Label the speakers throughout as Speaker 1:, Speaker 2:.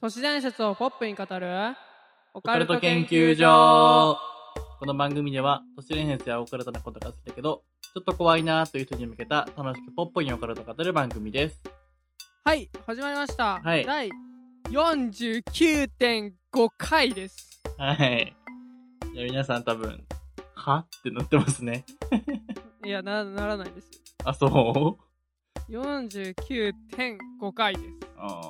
Speaker 1: 都市伝説をポップに語るオ
Speaker 2: オカルト研究所この番組では、都市伝説やオカルトなことが好きだけど、ちょっと怖いなーという人に向けた楽しくポップにオカルトを語る番組です。
Speaker 1: はい始まりました、
Speaker 2: はい
Speaker 1: 第49.5回です
Speaker 2: はい。いや、皆さん多分、はってなってますね。
Speaker 1: いやなならないです
Speaker 2: あ、そう
Speaker 1: よ49.5回です
Speaker 2: あ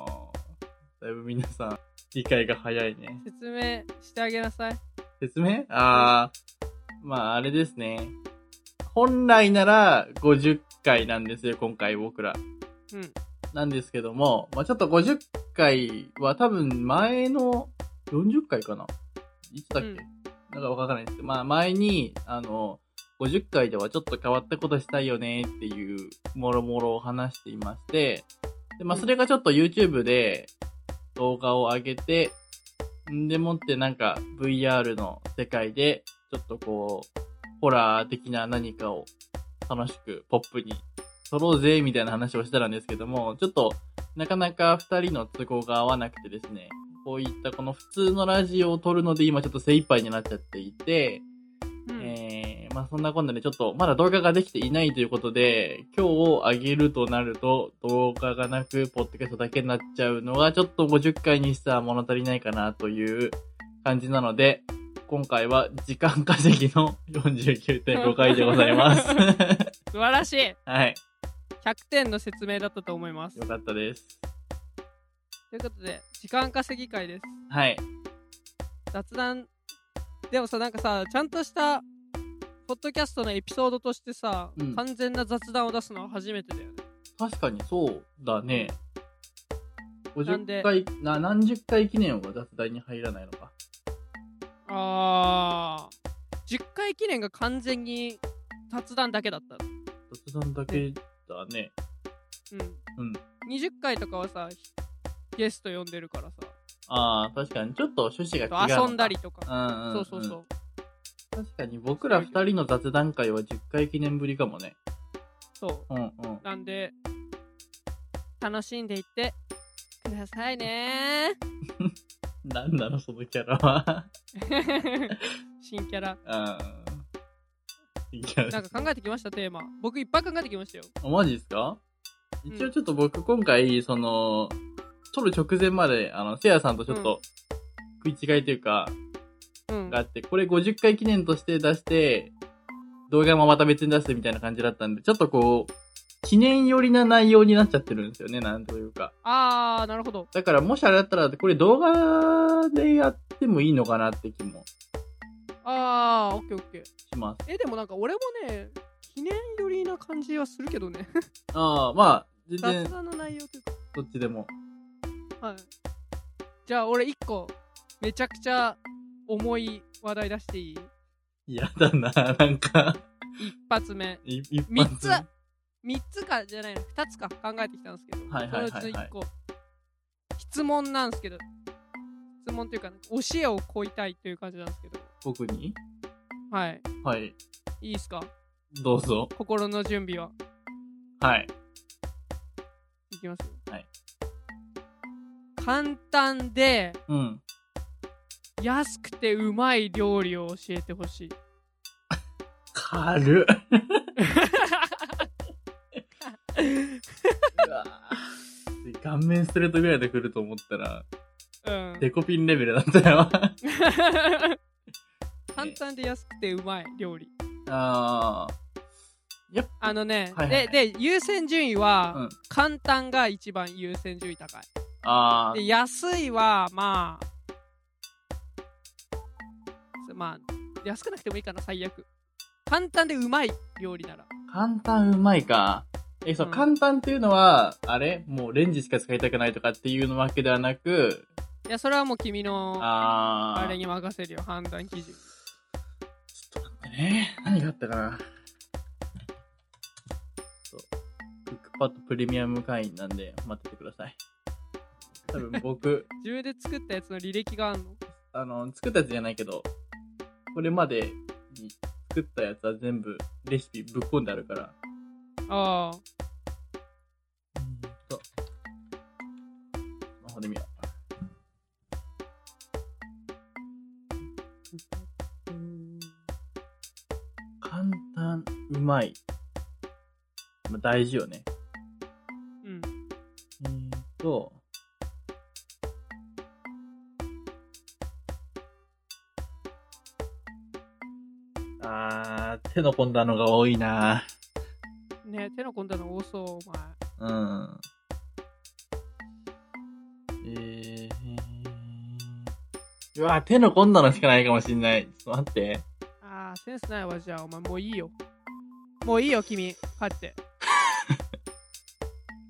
Speaker 2: ーだいぶ皆さん、理解が早いね。
Speaker 1: 説明してあげなさい
Speaker 2: 説明あー、まあ、あれですね。本来なら50回なんですよ、今回僕ら。
Speaker 1: うん
Speaker 2: なんですけども、まあ、ちょっと50回は多分前の40回かないつだっけ、
Speaker 1: うん
Speaker 2: なんかわからないですけど、まあ前に、あの、50回ではちょっと変わったことしたいよねっていう、もろもろを話していまして、で、まあ
Speaker 1: うん
Speaker 2: それがちょっと YouTube で動画を上げて、んでもってなんか VR の世界で、ちょっとこう、ホラー的な何かを楽しくポップに撮ろうぜ、みたいな話をしてたんですけども、ちょっと、なかなか二人の都合が合わなくてですね、こういったこの普通のラジオを撮るので今ちょっと精一杯になっちゃっていて、
Speaker 1: うん、
Speaker 2: えー、まあそんなこんなでちょっとまだ動画ができていないということで、今日を上げるとなると動画がなく、ポッドキャストだけになっちゃうのはちょっと50回にしては物足りないかなという感じなので、今回は時間稼ぎの49.5回でございます。
Speaker 1: 素晴らしい
Speaker 2: はい。
Speaker 1: 100点の説明だったと思います
Speaker 2: よかったです。
Speaker 1: ということで時間稼ぎ会です
Speaker 2: はい。
Speaker 1: 雑談でもさなんかさちゃんとしたポッドキャストのエピソードとしてさ、
Speaker 2: うん
Speaker 1: 完全な雑談を出すのは初めてだよね
Speaker 2: 確かにそうだね。
Speaker 1: なんで
Speaker 2: 50回、な、何十回記念は雑談に入らないのか。
Speaker 1: あー10回記念が完全に雑談だけだった
Speaker 2: 雑談だけだね。
Speaker 1: うん
Speaker 2: うん
Speaker 1: 20回とかはさゲスト呼んでるからさ
Speaker 2: ああ、確かに、ちょっと趣旨が
Speaker 1: あ
Speaker 2: 違うの
Speaker 1: と
Speaker 2: か。
Speaker 1: 遊んだり。と
Speaker 2: う
Speaker 1: か、
Speaker 2: んうん、うん。
Speaker 1: そうそうそう
Speaker 2: 確かに、僕ら二人の雑談会は10回記念ぶりかもね。
Speaker 1: そ
Speaker 2: うんうん
Speaker 1: う。なんで楽しんでいってください ね
Speaker 2: なんなの、そのキャラは。
Speaker 1: ー新キャラ
Speaker 2: うん。いや、
Speaker 1: なんか考えてきましたテーマ僕いっぱい考えてきましたよ
Speaker 2: あマジですか
Speaker 1: うん
Speaker 2: 一応ちょっと僕今回、その、撮る直前まで、あの、せやさんとちょっと、食い違いというか、
Speaker 1: うん
Speaker 2: があって、これ50回記念として出して、動画もまた別に出すみたいな感じだったんで、ちょっとこう、記念寄りな内容になっちゃってるんですよね、なんというか。
Speaker 1: あーなるほど
Speaker 2: だからもしあれだったら、これ動画でやってもいいのかなって気も
Speaker 1: あーオッケーオッケー
Speaker 2: します。
Speaker 1: えでもなんか俺もね記念寄りな感じはするけどね
Speaker 2: ああ、まあ、全
Speaker 1: 雑
Speaker 2: 然、
Speaker 1: 談の内容という
Speaker 2: どっちでも。
Speaker 1: かはいじゃあ俺一個めちゃくちゃ重い話題出していい
Speaker 2: 嫌だな、なんか、
Speaker 1: 一発目
Speaker 2: い一発。
Speaker 1: 三つ3つかじゃないの2つか考えてきたんですけど、
Speaker 2: はいはいはいはい
Speaker 1: そのうちの1個質問なんですけど質問というか教えを請いたいという感じなんですけど
Speaker 2: 僕に
Speaker 1: はい
Speaker 2: はい。
Speaker 1: いいですか
Speaker 2: どうぞ。
Speaker 1: 心の準備は
Speaker 2: はい。
Speaker 1: いきますよ
Speaker 2: はい
Speaker 1: 簡単で
Speaker 2: うん。
Speaker 1: 安くてうまい料理を教えてほしい
Speaker 2: 軽っ。うわぁ顔面ストレートぐらいで来ると思ったら、
Speaker 1: うん
Speaker 2: デコピンレベルだったよ。
Speaker 1: 簡単で安くてうまい料理
Speaker 2: あー。やっ
Speaker 1: あのね、
Speaker 2: はいはいはい
Speaker 1: でで優先順位は、
Speaker 2: うん
Speaker 1: 簡単が一番優先順位高い
Speaker 2: あー
Speaker 1: で安いはまあすまあ安くなくてもいいかな最悪簡単でうまい料理なら
Speaker 2: 簡単うまいか。え、そう、
Speaker 1: うん
Speaker 2: 簡単っていうのは、あれもうレンジしか使いたくないとかっていうのわけではなく、
Speaker 1: いやそれはもう君の
Speaker 2: あー。
Speaker 1: あれに任せるよ判断基準
Speaker 2: ちょっと待ってね。何があったかな。そうクックパッドプレミアム会員なんで、待っててください。多分僕、
Speaker 1: 自分で作ったやつの履歴があんの
Speaker 2: あの、作ったやつじゃないけど、これまでに作ったやつは全部レシピぶっ込んであるから。
Speaker 1: ああ
Speaker 2: うんと。スマホで見よう。まい。まあ、大事よね。
Speaker 1: うん。
Speaker 2: えーっと。あー、手の込んだのが多いな。
Speaker 1: ね手の込んだの多そう、お前。
Speaker 2: うん。えー、うわ、手の込んだのしかないかもしんない。ちょっと待って。
Speaker 1: あー、センスないわ、じゃあ、お前、もういいよ。もういいよ、君。帰って。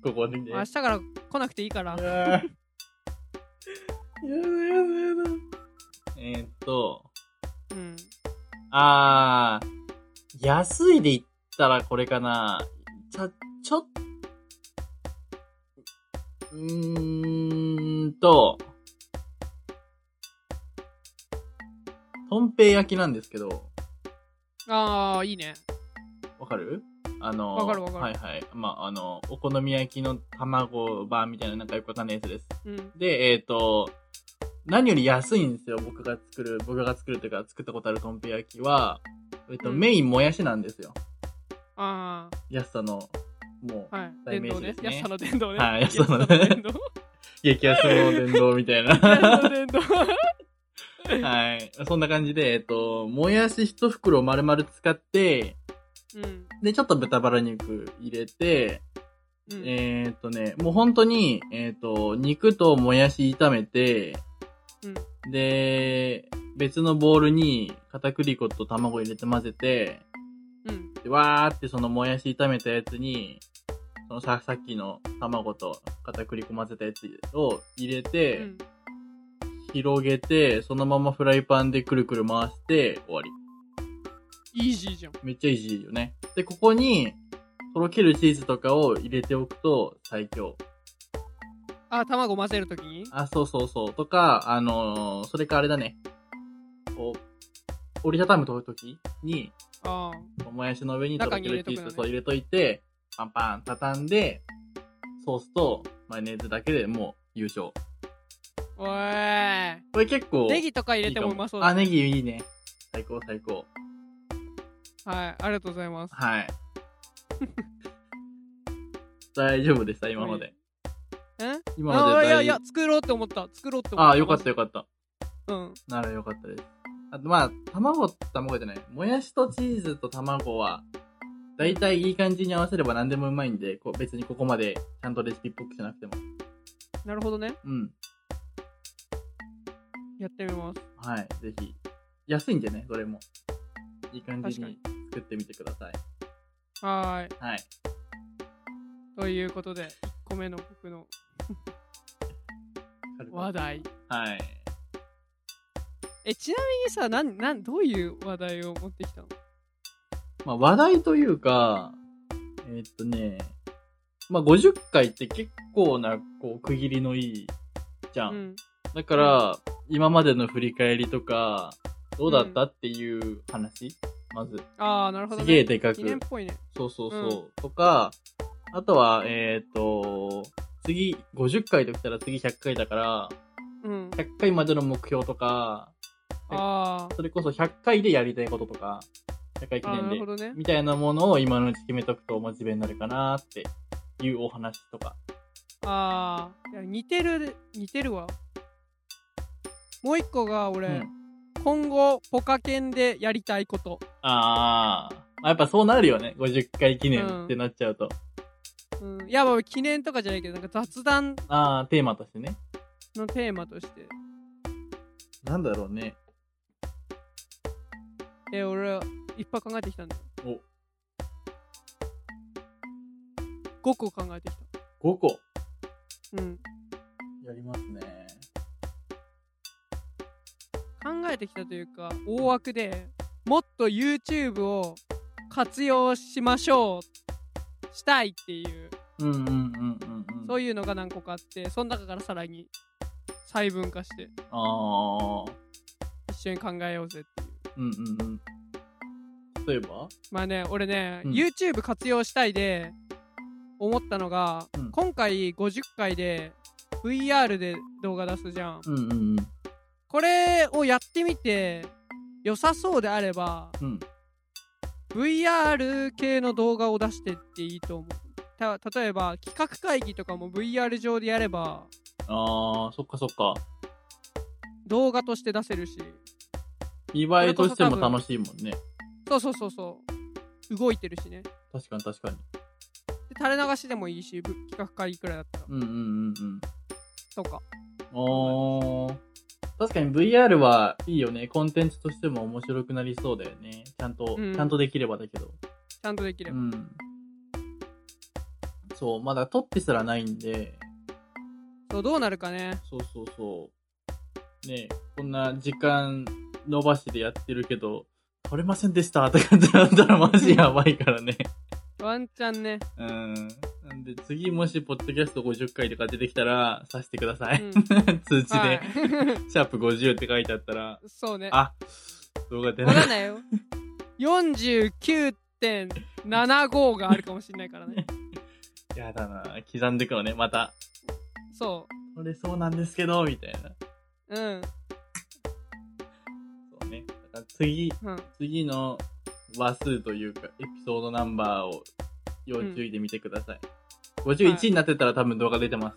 Speaker 2: ここで。
Speaker 1: 明日から来なくていいから
Speaker 2: や。だやだやだ。えーっと、
Speaker 1: うん。
Speaker 2: あー、安いで言ったらこれかな。ちゃ、ちょっ、うーんと、とんぺい焼きなんですけど、
Speaker 1: あー、いいね。
Speaker 2: わかるあの、
Speaker 1: わかるわかる
Speaker 2: はいはい。まあ、あの、お好み焼きの卵版みたいななんかよくわかんないやつです。
Speaker 1: うん。
Speaker 2: で、えっ、と、何より安いんですよ、僕が作る、僕が作るというか、作ったことあるとんぺ焼きは、えっ、と、
Speaker 1: うん
Speaker 2: メインもやしなんですよ。
Speaker 1: あ
Speaker 2: 安さの、も
Speaker 1: ー、はい。
Speaker 2: 代
Speaker 1: 電
Speaker 2: 名
Speaker 1: 動
Speaker 2: 詞で
Speaker 1: ね
Speaker 2: す。ね
Speaker 1: 安さの電動ね。
Speaker 2: はい安
Speaker 1: 安
Speaker 2: さ
Speaker 1: さ
Speaker 2: の
Speaker 1: の
Speaker 2: ね
Speaker 1: 電動。
Speaker 2: う、激安の殿堂み たい
Speaker 1: 安さ
Speaker 2: な
Speaker 1: の。電動。
Speaker 2: はい。そんな感じで、えっ、と、もやし一袋丸々使って、
Speaker 1: うん。
Speaker 2: で、ちょっと豚バラ肉入れて、
Speaker 1: うん。
Speaker 2: えっ、とね、もう本当に、えっ、と、肉ともやし炒めて、で、別のボウルに片栗粉と卵入れて混ぜて、
Speaker 1: うん。
Speaker 2: でわーってそのもやし炒めたやつに、そのささっきの卵と片栗粉混ぜたやつを入れ
Speaker 1: う
Speaker 2: て、
Speaker 1: ん。
Speaker 2: 広げて、そのままフライパンでくるくる回して終わり。
Speaker 1: イージーじゃん。
Speaker 2: めっちゃイージーよね。で、ここに、とろけるチーズとかを入れておくと最強。
Speaker 1: あー、卵混ぜるときに
Speaker 2: あ、そうそうそう。とか、あのーそれかあれだね。こう、折りたたむときに、
Speaker 1: あ
Speaker 2: もやしの上にと
Speaker 1: 中
Speaker 2: ろ
Speaker 1: に
Speaker 2: けるチーズと入
Speaker 1: 入
Speaker 2: れといて、パンパン畳んで、ソースとマヨネーズだけでもう優勝。
Speaker 1: ー。おーい。
Speaker 2: これ結構いいかも。
Speaker 1: ネギとか入れてもうまそうだ
Speaker 2: あ、
Speaker 1: ね
Speaker 2: ネギいいね。最高最高。
Speaker 1: はい。ありがとうございます。
Speaker 2: はい。 大丈夫でした、今ので。
Speaker 1: え
Speaker 2: 今の
Speaker 1: あ
Speaker 2: で大
Speaker 1: ーい
Speaker 2: 丈夫。
Speaker 1: やいや、作ろうって思った。作ろうって思った。
Speaker 2: あよかったよかった。
Speaker 1: た。うん。
Speaker 2: ならよかったです。あとまあ、卵、卵じゃない。もやしとチーズと卵は、だいたいいい感じに合わせれば何でもうまいんで、こう別にここまでちゃんとレシピっぽくしなくても。
Speaker 1: なるほどね。
Speaker 2: うん。
Speaker 1: やってみます。
Speaker 2: はい、ぜひ。安いんでね、どれも。いい感じ
Speaker 1: 確か
Speaker 2: に
Speaker 1: に
Speaker 2: 作ってみてください。
Speaker 1: はーい。
Speaker 2: はい。
Speaker 1: ということで、1個目の僕の話題。
Speaker 2: はい。
Speaker 1: え、ちなみにさ、なん、なん、どういう話題を持ってきたの
Speaker 2: まあ、話題というか、えーっとね、まあ、50回って結構な、こう、区切りのいいじゃん。
Speaker 1: うん。
Speaker 2: だから、今までの振り返りとか、どうだったっていう話、まず。
Speaker 1: ああ、なるほど、
Speaker 2: す
Speaker 1: ね。
Speaker 2: げえでかく
Speaker 1: 記。念っぽいね。
Speaker 2: そうそうそう。
Speaker 1: う
Speaker 2: とか、あとは、えーっと、次、50回ときたら次100回だから、
Speaker 1: うん。
Speaker 2: 100回までの目標とか、
Speaker 1: あー
Speaker 2: それこそ100回でやりたいこととか、100回記
Speaker 1: あー、
Speaker 2: 念
Speaker 1: なる
Speaker 2: で
Speaker 1: ほ、どね。
Speaker 2: みたいなものを今のうち決めとくとモチベになるかなっていうお話とか。
Speaker 1: ああ、いや似てる、似てるわ。もう一個が俺、
Speaker 2: うん
Speaker 1: 今後、ポカケンでやりたいこと。
Speaker 2: あーまあ、やっぱそうなるよね。50回記念ってなっちゃうと。
Speaker 1: うん。いや、まあ記念とかじゃないけど、なんか雑談
Speaker 2: ああ、テーマとしてね。
Speaker 1: のテーマとして。
Speaker 2: なんだろうね。
Speaker 1: え、俺、いっぱい考えてきたんだよ。
Speaker 2: お、
Speaker 1: 5個考えてき
Speaker 2: 5個。
Speaker 1: た。うん。
Speaker 2: やりますね。
Speaker 1: 考えてきたというか大枠でもっと YouTube を活用しましょうしたいっていう
Speaker 2: うんうんうんうんうん。
Speaker 1: そう
Speaker 2: いう。
Speaker 1: いうのが何個かあってその中からさらに細分化して
Speaker 2: ああ。
Speaker 1: 一緒に考えようぜっていう
Speaker 2: うんうんうん。例えば
Speaker 1: まあね俺ね、
Speaker 2: うん
Speaker 1: YouTube 活用したいで思ったのが、
Speaker 2: うん
Speaker 1: 今回50回で VR で動画出すじゃん
Speaker 2: うんうんうん。
Speaker 1: これをやってみて良さそうであれば
Speaker 2: うん。
Speaker 1: VR 系の動画を出してっていいと思う。た例えば企画会議とかも VR 上でやれば
Speaker 2: あー、そっかそっか。
Speaker 1: 動画として出せるし
Speaker 2: 見栄えとしても楽しいもんね。
Speaker 1: そうそうそうそう動いてるしねで
Speaker 2: 確かに確かに。
Speaker 1: 垂れ流しでもいいしぶ企画会議くらいだったら
Speaker 2: うんうんうんうん。
Speaker 1: とか
Speaker 2: おー。確かに VR はいいよね。コンテンツとしても面白くなりそうだよね。ちゃんと、
Speaker 1: うん
Speaker 2: ちゃんとできればだけど。
Speaker 1: ちゃんとできれ
Speaker 2: う
Speaker 1: ば、
Speaker 2: ん。そう、まだ撮ってすらないんで、
Speaker 1: そうどうなるかね
Speaker 2: そうそうそう。ねえこんな時間伸ばしでやってるけど、撮れませんでしたって感じだったらマジやばいからね。
Speaker 1: ワンチャンね、
Speaker 2: うん。なんで次もし、ポッドキャスト50回とか出てきたら、さしてください。
Speaker 1: うん
Speaker 2: 通知で、
Speaker 1: はい
Speaker 2: シャープ50って書いてあったら、
Speaker 1: そう ねわ
Speaker 2: あ、動画出ない
Speaker 1: か。んないよ49.75があるかもしれないから ね
Speaker 2: やだな刻んでくのね、また。
Speaker 1: そ
Speaker 2: これそうなんですけど、みたいな。
Speaker 1: ううん
Speaker 2: そうね。だから次、
Speaker 1: うん
Speaker 2: 次の話数というか、エピソードナンバーを要注意で見てください。
Speaker 1: はい
Speaker 2: 51になってたら多分動画出てます。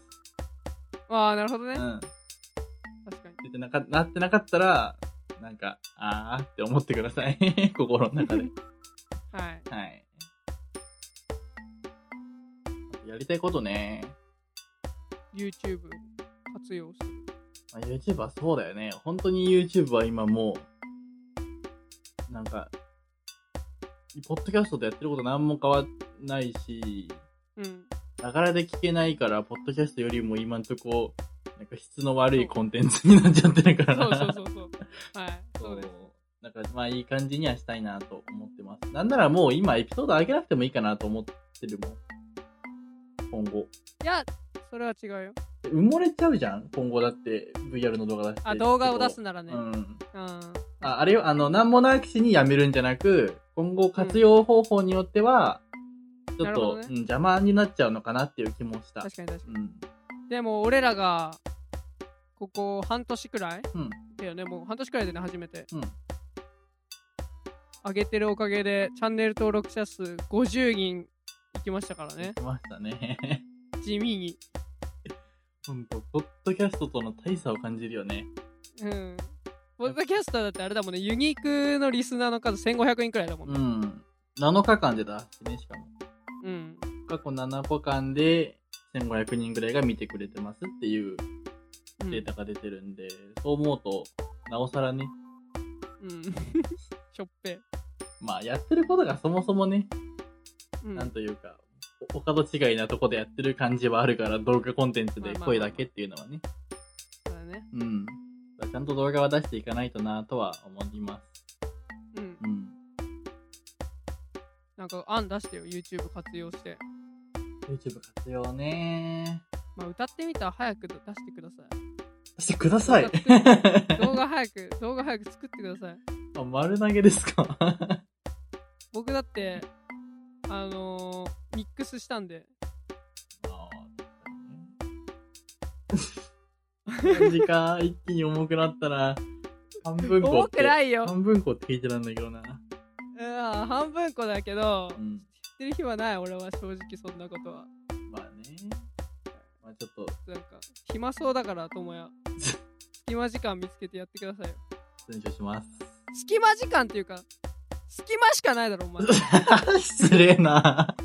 Speaker 1: ああなるほどね、
Speaker 2: うん。
Speaker 1: 確かに
Speaker 2: 出てなか、なってなかったら、なんか、あーって思ってください。 心の中で。
Speaker 1: はい
Speaker 2: はい。やりたいことね。
Speaker 1: YouTube 活用する
Speaker 2: まあ、YouTube はそうだよね。本当に YouTube は今もう、なんか、ポッドキャストとやってること何も変わんないし、
Speaker 1: うん
Speaker 2: ながらで聞けないから、ポッドキャストよりも今んとこ、なんか質の悪いコンテンツになっちゃってるから
Speaker 1: そう
Speaker 2: な。
Speaker 1: そうそうそうはいそうです
Speaker 2: そうだからまあいい感じにはしたいなと思ってます。なんならもう今エピソード上げなくてもいいかなと思ってるもん。今後。
Speaker 1: いやそれは違うよ
Speaker 2: 埋もれちゃうじゃん今後だって VR の動画出して。
Speaker 1: あ動画を出すならね、
Speaker 2: う
Speaker 1: うん
Speaker 2: ん。
Speaker 1: あ
Speaker 2: ああれよ、あの、なんもなくしにやめるんじゃなく、今後活用方法によっては、ちょっ
Speaker 1: なるほ
Speaker 2: と、
Speaker 1: どね
Speaker 2: うん、邪魔になっちゃうのかなっていう気もした。
Speaker 1: 確かに確かに
Speaker 2: うん。
Speaker 1: でも俺らがここ半年くらい、
Speaker 2: うん
Speaker 1: だよねもう半年くらいでね初めて
Speaker 2: うん。
Speaker 1: 上げてるおかげでチャンネル登録者数50人いきましたからね
Speaker 2: できましたね。
Speaker 1: 地味に
Speaker 2: 本当ポッドキャストとの大差を感じるよね。
Speaker 1: うんポッドキャスターだってあれだもんねユニークのリスナーの数1500人くらいだもん
Speaker 2: う
Speaker 1: ね
Speaker 2: ん。7日間でだしね、しかも。
Speaker 1: うん、
Speaker 2: 過去7日間で、1500人ぐらいが見てくれてますっていう
Speaker 1: うん
Speaker 2: データが出てるんで、そう思うと、なおさらね、
Speaker 1: うん しょっぺ、
Speaker 2: まあやってることがそもそもね、
Speaker 1: うん、
Speaker 2: なんというか、お他と違いなとこでやってる感じはあるから、動画コンテンツで声だけっていうのはね。
Speaker 1: そうだね
Speaker 2: うん。だからちゃんと動画は出していかないとなとは思います。
Speaker 1: うん
Speaker 2: うん。
Speaker 1: なんか案出してよ YouTube 活用して
Speaker 2: YouTube 活用ね
Speaker 1: まあ歌ってみたら早く出してください
Speaker 2: してください
Speaker 1: 動。動画早く動画早く作ってください
Speaker 2: あ丸投げですか
Speaker 1: 僕だってあのー、ミックスしたんで
Speaker 2: あー確かにね マジか。一気に重くなったら、半分こ
Speaker 1: 重
Speaker 2: っ
Speaker 1: く
Speaker 2: て。
Speaker 1: ないよ
Speaker 2: 半分こって聞いてらんだけどな。
Speaker 1: うん半分こだけど知っ
Speaker 2: うん。
Speaker 1: てる暇ない俺は正直そんなことは
Speaker 2: まあね。まあちょっと、
Speaker 1: なんか暇そうだからともや隙間時間見つけてやってくださいよ
Speaker 2: 練習します。
Speaker 1: 隙間時間っていうか隙間しかないだろお 前
Speaker 2: 失礼な。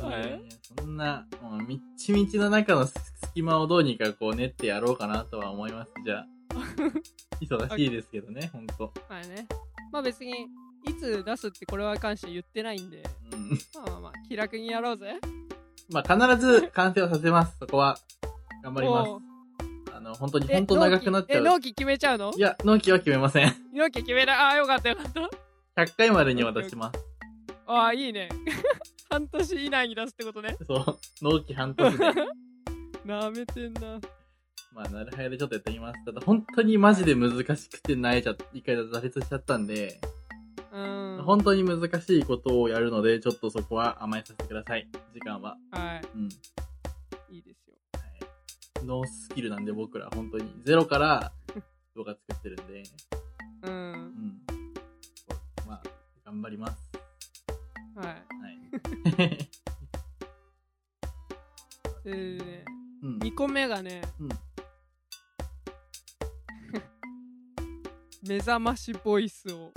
Speaker 1: はい
Speaker 2: そんな、もうみっちみちの中の隙間をどうにかこう練ってやろうかなとは思います。 じゃあ。忙しいですけどね、ほんと。
Speaker 1: まあねまあ別にいつ出すってこれは関して言ってないんで
Speaker 2: うん。
Speaker 1: まあまあまあ気楽にやろう ぜ
Speaker 2: まあ必ず完成をさせます。そこは。頑張りま
Speaker 1: おう
Speaker 2: す。あの、本当に、
Speaker 1: え
Speaker 2: 本当長くなっち
Speaker 1: 納期え
Speaker 2: ゃう。
Speaker 1: 納期決めちゃうの
Speaker 2: いや、納期は決めません。
Speaker 1: 納期決めないああよかったよかった
Speaker 2: 100回までに渡します。
Speaker 1: ああ、いいね。 半年以内に出すってことね。
Speaker 2: そう。納期 半年で。
Speaker 1: なめてんな。
Speaker 2: まあ、なるはやでちょっとやってみます。ただ、本当にマジで難しくて、慣れちゃっ、一回挫折しちゃったんで、
Speaker 1: うん。
Speaker 2: 本当に難しいことをやるので、ちょっとそこは甘えさせてください。時間は。
Speaker 1: は
Speaker 2: うん。
Speaker 1: い。いいですよ。
Speaker 2: ノースキルなんで僕ら、本当に。ゼロから動画作ってるんで、
Speaker 1: う。
Speaker 2: うんん。まあ、頑張ります。
Speaker 1: はい。
Speaker 2: はい。
Speaker 1: でね、
Speaker 2: うん。
Speaker 1: 2個目がね、
Speaker 2: うん
Speaker 1: 目覚ましボイスを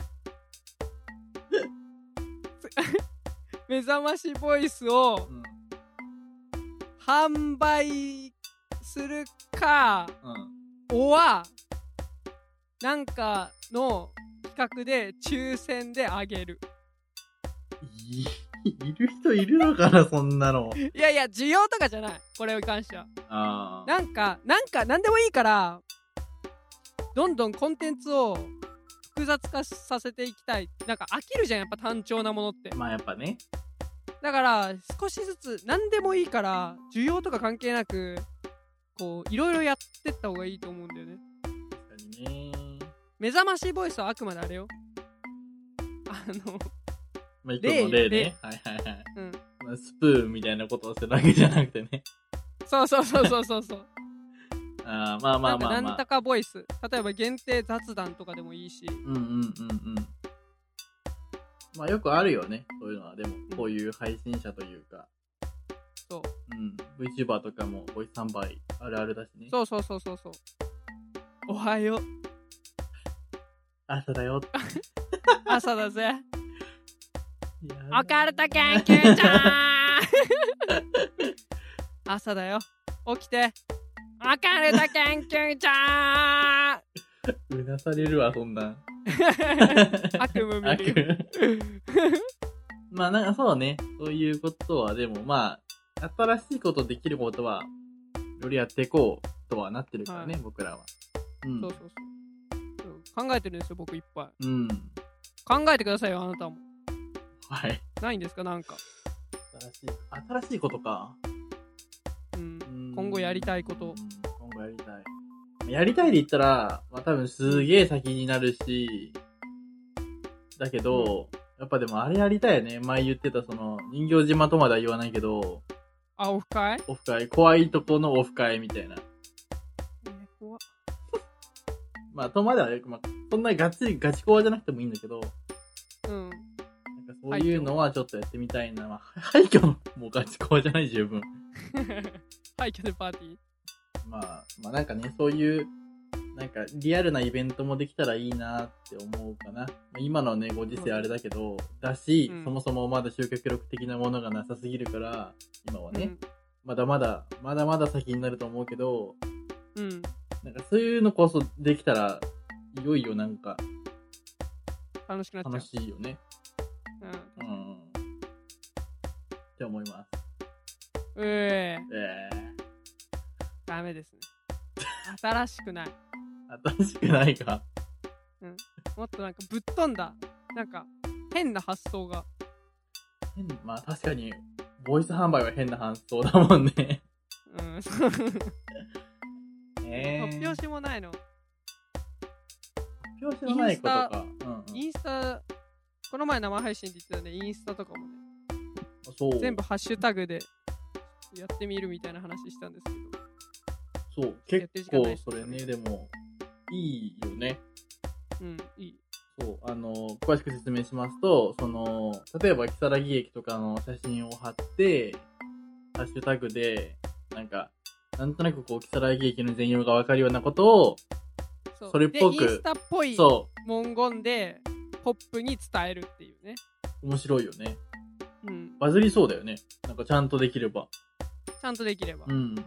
Speaker 1: 目覚ましボイスを
Speaker 2: うん。
Speaker 1: 販売するか
Speaker 2: うん。
Speaker 1: おはなんかの企画で抽選であげる
Speaker 2: い、いる人いるのかな、そんなの。
Speaker 1: いやいや需要とかじゃないこれに関しては
Speaker 2: ああ。
Speaker 1: なんかなんか何でもいいからどんどんコンテンツを複雑化させていきたいなんか飽きるじゃんやっぱ単調なものって
Speaker 2: まあやっぱね。
Speaker 1: だから少しずつ何でもいいから需要とか関係なくこういろいろやってった方がいいと思うんだよね
Speaker 2: 確かにね。
Speaker 1: 目覚ましボイスはあくまであれよあの
Speaker 2: まあ、一個の例
Speaker 1: 例
Speaker 2: ね。はいはいはい。
Speaker 1: うん
Speaker 2: まあ、スプーンみたいなことをするだけじゃなくてね。
Speaker 1: そうそうそうそうそうそう
Speaker 2: ああ、まあ
Speaker 1: な
Speaker 2: まあ
Speaker 1: んか
Speaker 2: ま
Speaker 1: な
Speaker 2: あ
Speaker 1: ん
Speaker 2: ま
Speaker 1: と
Speaker 2: あ。
Speaker 1: かボイス例えば限定雑談とかでもいいし
Speaker 2: うんうんうんうん。まあよくあるよね。そういうのは。でも、こういう配信者というか。
Speaker 1: そう
Speaker 2: うん。VTuber とかも、ボイス販売あるあるだしね。
Speaker 1: そうそうそうそうそうおはよう
Speaker 2: 朝だよって。
Speaker 1: 朝だぜ
Speaker 2: いやー
Speaker 1: オカルト研究 所朝だよ起きてオカルト研究所
Speaker 2: うなされるわ、そんなん。
Speaker 1: 悪夢見
Speaker 2: 悪
Speaker 1: る
Speaker 2: 夢まあなんかそうね、そういうことはでもまあ、新しいことできることは、よりやっていこうとはなってるからね、
Speaker 1: は
Speaker 2: 僕らは。うん。
Speaker 1: そうそうそうそう考えてるんですよ僕いっぱい
Speaker 2: うん。
Speaker 1: 考えてくださいよあなたも
Speaker 2: はい。
Speaker 1: ないんですかなんか、
Speaker 2: 新しい、新しいことか。
Speaker 1: うん
Speaker 2: う、ん
Speaker 1: 今後やりたいこと
Speaker 2: うん今後やりたい。やりたいで言ったら、まあ多分すげえ先になるし、だけど、やっぱでもあれやりたいよね。前言ってたその、人形島とまでは言わないけど、
Speaker 1: あオフ会
Speaker 2: オフ会、怖いとこのオフ会みたいな。
Speaker 1: えー怖っ
Speaker 2: まあ、とまではよく、まあ、そんなガッツリガチコアじゃなくてもいいんだけど、なん
Speaker 1: うん
Speaker 2: かそういうのはちょっとやってみたいな。まあ、 廃墟の、もうガチコアじゃない十分。
Speaker 1: 廃墟でパーティー
Speaker 2: まあ、まあなんかね、そういう、なんかリアルなイベントもできたらいいなって思うかな。まあ今のね、ご時世あれだけど、だし、
Speaker 1: うん
Speaker 2: そもそもまだ集客力的なものがなさすぎるから、今はね、
Speaker 1: うん
Speaker 2: まだまだ、まだまだ先になると思うけど、
Speaker 1: うん
Speaker 2: なんかそういうのこそできたら、いよいよなんか
Speaker 1: 楽しくなっちゃ
Speaker 2: 楽しいよね。
Speaker 1: う、うん、
Speaker 2: うん。って思います。
Speaker 1: うえー
Speaker 2: え
Speaker 1: ダメですね 新しくない
Speaker 2: ー、新しくないか。
Speaker 1: もっとなんかぶっ飛んだ、なんか変な発想が。
Speaker 2: 変まあ確かに、ボイス販売は変な発想だもんね。
Speaker 1: うん、そう
Speaker 2: え
Speaker 1: 突拍子もないの。
Speaker 2: 表紙のないことか。うんうん
Speaker 1: インスタ、この前生配信で言ってたね、インスタとかもね、
Speaker 2: あそう。
Speaker 1: 全部ハッシュタグでやってみるみたいな話したんですけど。
Speaker 2: そう。
Speaker 1: や
Speaker 2: 結
Speaker 1: ってる時間ない
Speaker 2: 構
Speaker 1: し
Speaker 2: それね、でも、いいよね。
Speaker 1: うん、いい。
Speaker 2: そう。あの、詳しく説明しますと、その、例えば、木更木駅とかの写真を貼って、ハッシュタグで、なんか、なんとなくこう、木更木駅の全容がわかるようなことを、
Speaker 1: そう
Speaker 2: それっぽく
Speaker 1: でインスタっぽい
Speaker 2: そ
Speaker 1: 文言で、ポップに伝えるっていうね。
Speaker 2: う、面白いよね。
Speaker 1: うん、
Speaker 2: バズりそうだよね。なんかちゃんとできれば。
Speaker 1: ちゃんとできれば。
Speaker 2: うん。な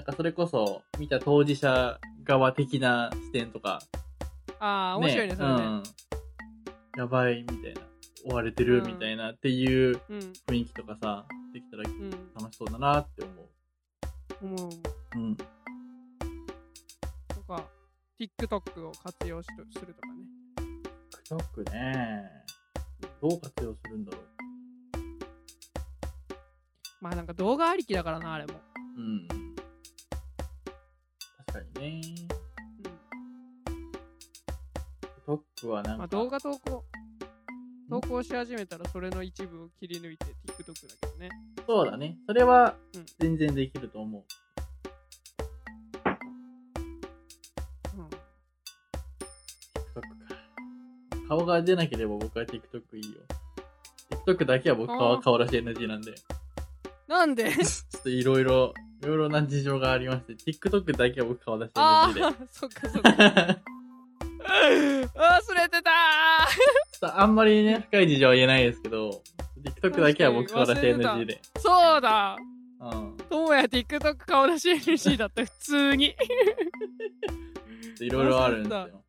Speaker 2: んかそれこそ、見た当事者側的な視点とか、
Speaker 1: ああ、面白いね、それ
Speaker 2: う
Speaker 1: ね。
Speaker 2: ん。やばい、みたいな。追われてる、
Speaker 1: うん
Speaker 2: みたいな、っていう
Speaker 1: うん、
Speaker 2: 雰囲気とかさ、できたら
Speaker 1: うん、
Speaker 2: 楽しそうだなって思う。
Speaker 1: 思う思う。
Speaker 2: うん。
Speaker 1: とか、TikTok を活用しとするとかね。
Speaker 2: TikTok ね。どう活用するんだろう。
Speaker 1: まあなんか動画ありきだからな、あれも。
Speaker 2: うん。確かにね。
Speaker 1: うん
Speaker 2: TikTok はなんか、
Speaker 1: まあ、動画投稿投稿し始めたらそれの一部を切り抜いて TikTok だけどね
Speaker 2: そうだね。それは
Speaker 1: うん
Speaker 2: 全然できると思う。
Speaker 1: うん
Speaker 2: TikTok か。顔が出なければ僕は TikTok いいよ。TikTok だけは僕
Speaker 1: あ
Speaker 2: は
Speaker 1: ー
Speaker 2: 顔出し NG なんで。
Speaker 1: なんで
Speaker 2: ちょっといろいろ、いろいろな事情がありまして、TikTok だけは僕顔出し
Speaker 1: あ
Speaker 2: NG で。
Speaker 1: あ、そっかそっ か。忘れてた
Speaker 2: ちょっとあんまりね、深い事情は言えないですけど、TikTok だけは僕顔出し
Speaker 1: 確かに忘
Speaker 2: NG
Speaker 1: れ
Speaker 2: で。
Speaker 1: ーそうだ
Speaker 2: うん。
Speaker 1: ともや TikTok 顔出し NG だった、普通に。
Speaker 2: いろいろあるんですよ。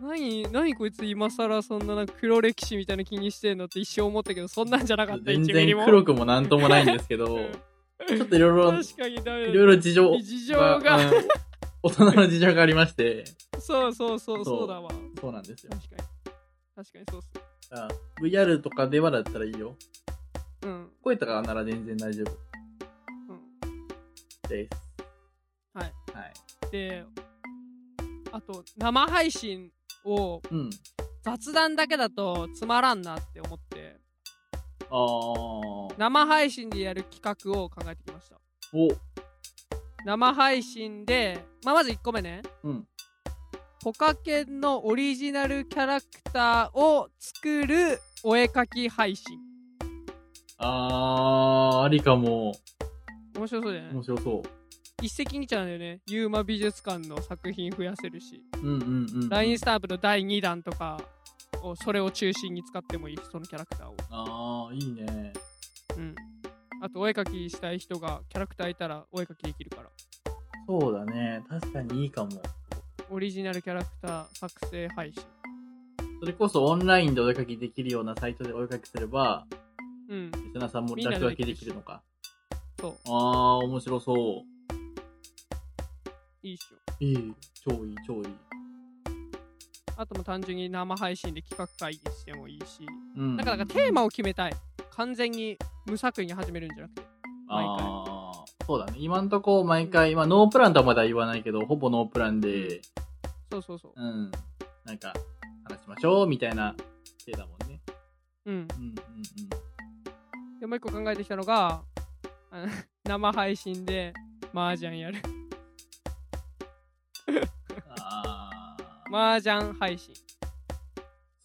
Speaker 1: 何、何こいつ今更そんななんか黒歴史みたいな気にしてんのって一生思ったけど、そんなんじゃなかった、
Speaker 2: 全
Speaker 1: 一ミリ
Speaker 2: 然
Speaker 1: も。
Speaker 2: 黒くもなんともないんですけど、ちょっといろいろ、
Speaker 1: 確かにダメ
Speaker 2: い
Speaker 1: だ
Speaker 2: ろいろ事情
Speaker 1: 事情が
Speaker 2: うん大人の事情がありまして、
Speaker 1: そうそうそう
Speaker 2: そう
Speaker 1: そうだわ確
Speaker 2: そうなんですよ
Speaker 1: か。に確かにそうっす
Speaker 2: だから VR とかではだったらいいよ。
Speaker 1: うん
Speaker 2: 声とかなら全然大丈夫
Speaker 1: うん
Speaker 2: です。
Speaker 1: はい。
Speaker 2: はい。
Speaker 1: であと生配信を
Speaker 2: うん。
Speaker 1: 雑談だけだとつまらんなって思って
Speaker 2: ああ。お、
Speaker 1: 生配信でやる企画を考えてきました生配信で、まあ、まず1個目ね
Speaker 2: うん。
Speaker 1: ポカケンのオリジナルキャラクターを作るお絵描き配信
Speaker 2: ああ、ありかも。
Speaker 1: 面白そうじゃない
Speaker 2: 面白そう。
Speaker 1: 一石二鳥なんだよねユーマ美術館の作品増やせるし
Speaker 2: うんうんうん。
Speaker 1: ラインスタンプの第2弾とかをそれを中心に使ってもいいしそのキャラクターを、
Speaker 2: ああ、いいね。
Speaker 1: うん、あとお絵描きしたい人がキャラクターいたらお絵描きできるから
Speaker 2: そうだね。確かにいいかも。
Speaker 1: オリジナルキャラクター作成配信
Speaker 2: それこそオンラインでお絵かきできるようなサイトでお絵かきすれば、
Speaker 1: うん
Speaker 2: リスナーさんも
Speaker 1: みんなで
Speaker 2: 落書きできるのか。
Speaker 1: そ
Speaker 2: ああ、面白そう。
Speaker 1: ういいっしょ
Speaker 2: いい。超いい、超いい。
Speaker 1: あとも単純に生配信で企画会議してもいいし
Speaker 2: うん。
Speaker 1: なんかなんかテーマを決めたい完全に無作為に始めるんじゃなくて毎回
Speaker 2: ああ、そうだね。今んとこ毎回、まあノープランとはまだ言わないけど、ほぼノープランで、
Speaker 1: そうそうそう
Speaker 2: うん。なんか、話しましょう、みたいな手だもんね。
Speaker 1: うん
Speaker 2: うんうん
Speaker 1: でもう一個考えてきたのがあの生配信で麻雀やる
Speaker 2: うん。ああ、
Speaker 1: 麻雀配信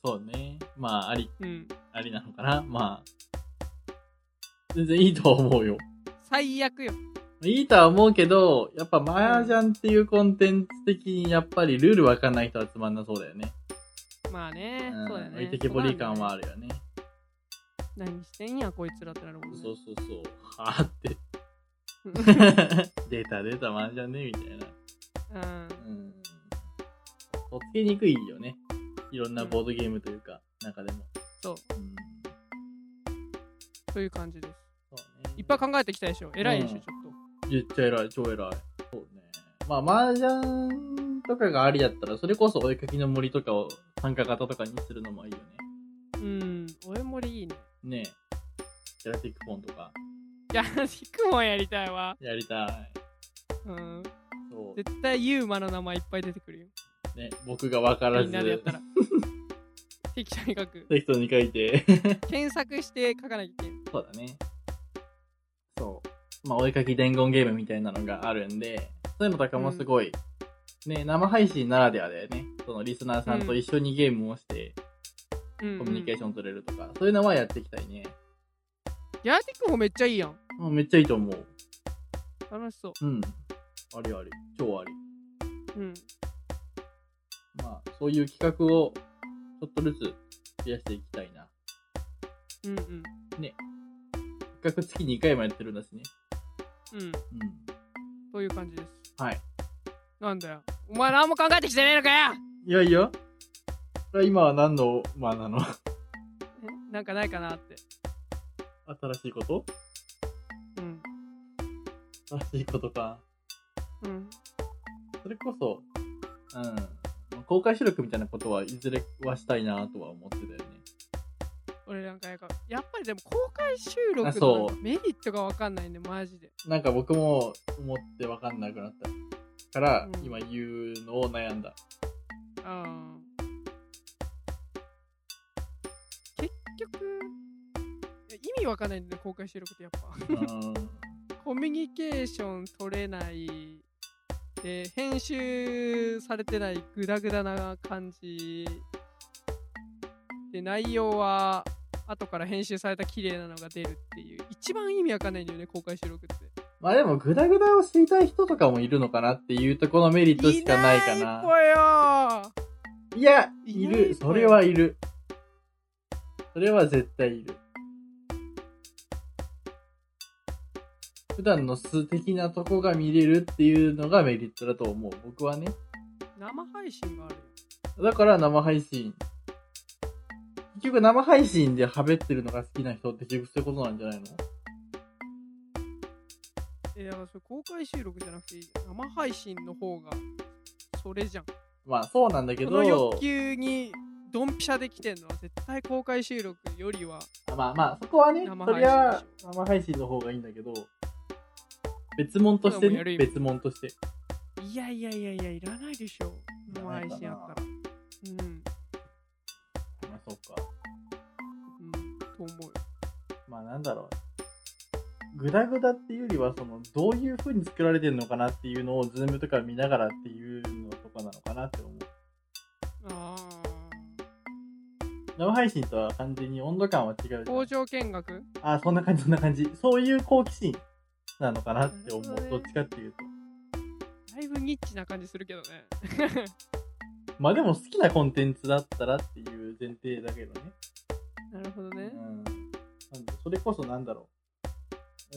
Speaker 2: そうね。まあ、あり、
Speaker 1: うん
Speaker 2: ありなのかな。まあ、全然いいとは思うよ。
Speaker 1: 最悪よ
Speaker 2: いいとは思うけど、やっぱ麻雀っていうコンテンツ的にやっぱりルールわかんない人はつまんなそうだよね。
Speaker 1: まあね、
Speaker 2: ん
Speaker 1: そうだね。
Speaker 2: 置いてけぼり感はあ
Speaker 1: る。
Speaker 2: るよね。
Speaker 1: 何してんや、こいつらってなるもんね。
Speaker 2: そうそうそう。は ぁって。出た出た麻雀ね、みたいな。
Speaker 1: うん。
Speaker 2: うん。とっつけにくいよね。いろんなボードゲームというか、中でも。
Speaker 1: そう、
Speaker 2: うん。
Speaker 1: という感じです。
Speaker 2: そうね。
Speaker 1: いっぱい考えてきたでしょ。偉いでしょ、
Speaker 2: うん
Speaker 1: ちょっ
Speaker 2: めっちゃ偉い、超偉い。そうね。まあ、麻雀とかがありだったら、それこそお絵かきの森とかを参加型とかにするのもいいよね。
Speaker 1: と。うん。おえもりいいね。
Speaker 2: ねえ。ジャラティックフォンとか、
Speaker 1: いや、ヒクモンやりたいわ。
Speaker 2: やりたい。
Speaker 1: うん。
Speaker 2: そう。
Speaker 1: 絶対ユーマの名前いっぱい出てくるよ。
Speaker 2: ね、僕がわから
Speaker 1: み
Speaker 2: ず
Speaker 1: んなでやったら。適当に書く。
Speaker 2: テキストに書いて。
Speaker 1: 検索して書かなきゃいけない。
Speaker 2: そうだね。そう。まあ、お絵かき伝言ゲームみたいなのがあるんで、そういうのとかもすごい、ね、生配信ならではだよね。そのリスナーさんと一緒にゲームをして、
Speaker 1: うん、
Speaker 2: コミュニケーシ
Speaker 1: ョン。
Speaker 2: ョン取れるとか、そういうのはやっていきたいね。
Speaker 1: ヤーティックもめっちゃいいやん。
Speaker 2: もうめっちゃいいと思う。
Speaker 1: 楽しそう。
Speaker 2: うん。ありあり。超あり。
Speaker 1: うん。
Speaker 2: まあ、そういう企画を、ちょっとずつ増やしていきたいな。
Speaker 1: うんうん。
Speaker 2: 企画月に2回もやってるんだしね。
Speaker 1: うん。
Speaker 2: うん。
Speaker 1: という感じです。
Speaker 2: はい。
Speaker 1: なんだよ。お前何も考えてきてねえのかよ
Speaker 2: いやいや。それは今は何の、まあなの
Speaker 1: えなんかないかなって。
Speaker 2: 新しいこと
Speaker 1: うん。
Speaker 2: 新しいことか。
Speaker 1: うん。
Speaker 2: それこそ、うん。公開収録みたいなことはいずれはしたいなとは思ってたよね。
Speaker 1: 俺なんかやっぱやっぱりでも公開収録
Speaker 2: あ
Speaker 1: の
Speaker 2: そう
Speaker 1: メリットが分かんないんでマジで
Speaker 2: なんか僕も思ってわかんなくなったから、
Speaker 1: うん
Speaker 2: 今言うのを悩んだ。
Speaker 1: あー結局いや意味分かんないんで公開収録ってやっぱ
Speaker 2: うん。
Speaker 1: コミュニケーション取れないで編集されてないグダグダな感じで内容は後から編集された綺麗なのが出るっていう一番意味わかんないんだよね公開収録って
Speaker 2: まあでも、グダグダを知りたい人とかもいるのかなっていうところのメリットしかないか
Speaker 1: い
Speaker 2: な。
Speaker 1: ないぽよ
Speaker 2: いや、
Speaker 1: い
Speaker 2: い
Speaker 1: ない
Speaker 2: る。それはいる。それは絶対いる。普段の素的なとこが見れるっていうのがメリットだと思う。僕はね。
Speaker 1: 生配信があるよ
Speaker 2: だから生配信。結局生配信で喋ってるのが好きな人って結局そういうことなんじゃないの
Speaker 1: えだからそれ公開収録じゃなくて生配信の方がそれじゃんこ
Speaker 2: まあそうなんだけ
Speaker 1: の
Speaker 2: ど
Speaker 1: 欲、求にドンピシャできてんのは絶対公開収録よりは
Speaker 2: まあまあそこはね、
Speaker 1: 生
Speaker 2: そ
Speaker 1: 配信
Speaker 2: りゃ生配信の方がいいんだけど、別物として
Speaker 1: でもや
Speaker 2: ね
Speaker 1: る、意味
Speaker 2: 別物として。
Speaker 1: いやいやいやいやいらないでしょ生
Speaker 2: らな
Speaker 1: 配
Speaker 2: いかな
Speaker 1: 信あったらうん
Speaker 2: まあそうか。
Speaker 1: うんと思う
Speaker 2: まあなんだろう。グダグダっていうよりは、その、どういう風に作られてるのかなっていうのを、ズームとか見ながらっていうのとかなのかなって思う。
Speaker 1: ああ
Speaker 2: 生配信とは完全に温度感は違うじゃ
Speaker 1: 工
Speaker 2: ん。
Speaker 1: 場見学
Speaker 2: あ、そんな感じ、そんな感じ。そういう好奇心なのかなって思
Speaker 1: なるほ
Speaker 2: う。
Speaker 1: ど
Speaker 2: ど
Speaker 1: ね
Speaker 2: っちかっていうと。
Speaker 1: だいぶニッチな感じするけどね
Speaker 2: まあでも好きなコンテンツだったらっていう前提だけどね。
Speaker 1: なるほど
Speaker 2: う
Speaker 1: ね
Speaker 2: ん。なんで、それこそなんだろう。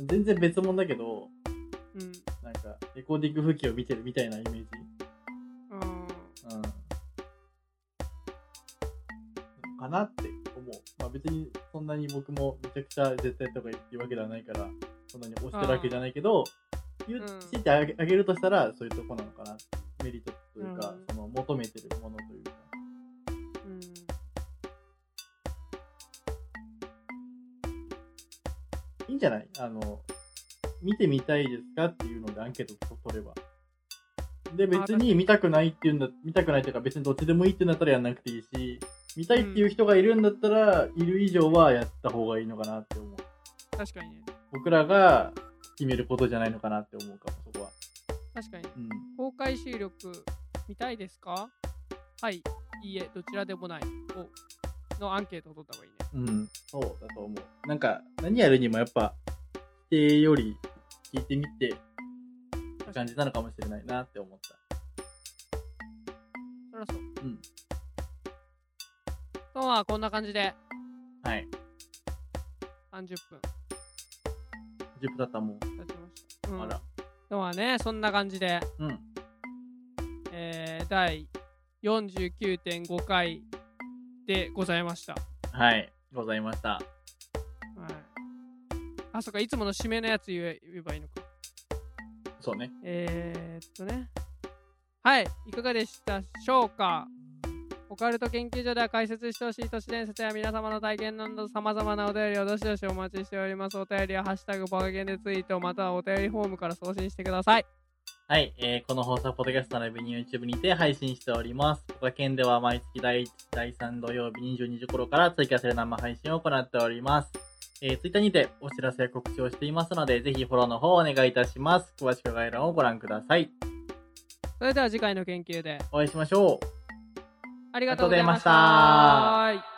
Speaker 2: 全然別物だけど、
Speaker 1: うん
Speaker 2: なんか、レコーディング風景を見てるみたいなイメージ。
Speaker 1: あー
Speaker 2: うん。かなって思う。まあ別にそんなに僕もめちゃくちゃ絶対とか言ってるわけではないから、そんなに押してるわけじゃないけど、言
Speaker 1: うん
Speaker 2: っててあげあげるとしたら、そういうとこなのかなっていうメリットという
Speaker 1: な
Speaker 2: か
Speaker 1: る、
Speaker 2: その求めてるものというか。
Speaker 1: うん
Speaker 2: いいんじゃないあの、見てみたいですかっていうのでアンケート取れば。で、
Speaker 1: まあ
Speaker 2: 別に見たくないっていうんだ、見たくないというか別にどっちでもいいってなったらやんなくていいし、見たいっていう人がいるんだったら、いる以上はやった方がいいのかなって思う。
Speaker 1: 確かにね
Speaker 2: 僕らが決めることじゃないのかなって思うかも、そこは。
Speaker 1: 確かにね
Speaker 2: うん。
Speaker 1: 公開収録見たいですかはい、いいえ、どちらでもない。おのアンケートを取った方がいいね。
Speaker 2: うん。そうだと思う。なんか、何やるにもやっぱ、否定より聞いてみて、感じなのかもしれないなって思った。
Speaker 1: そらそう。
Speaker 2: うん。
Speaker 1: とはこんな感じで
Speaker 2: はい。
Speaker 1: 30分
Speaker 2: 10分経ったもん。
Speaker 1: 経ちました。うん、
Speaker 2: あら。
Speaker 1: とはね、そんな感じで、
Speaker 2: うん。
Speaker 1: えー、第49.5回でございました。
Speaker 2: はい。ございました。
Speaker 1: はい。あ、そっか、いつもの締めのやつ言え言えばいいのか。
Speaker 2: そうね。
Speaker 1: えー、っとね。はい、いかがでしたでしょうかオカルト研究所では解説してほしい都市伝説や皆様の体験など様々なお便りをどしどしお待ちしております。お便りはハッシュタグバカゲンでツイートまたはお便りフォームから送信してください。
Speaker 2: はい。えーこの放送はポッドキャスト並びに YouTube にて配信しております。他県では毎月第1、第3土曜日22時頃から追加する生配信を行っております。えー、Twitter にてお知らせや告知をしていますので、ぜひフォローの方をお願いいたします。詳しく概要欄をご覧ください。
Speaker 1: それでは次回の研究で
Speaker 2: お会いしましょう。
Speaker 1: ありがとうございました。
Speaker 2: ありがとうございまし
Speaker 1: は
Speaker 2: た
Speaker 1: い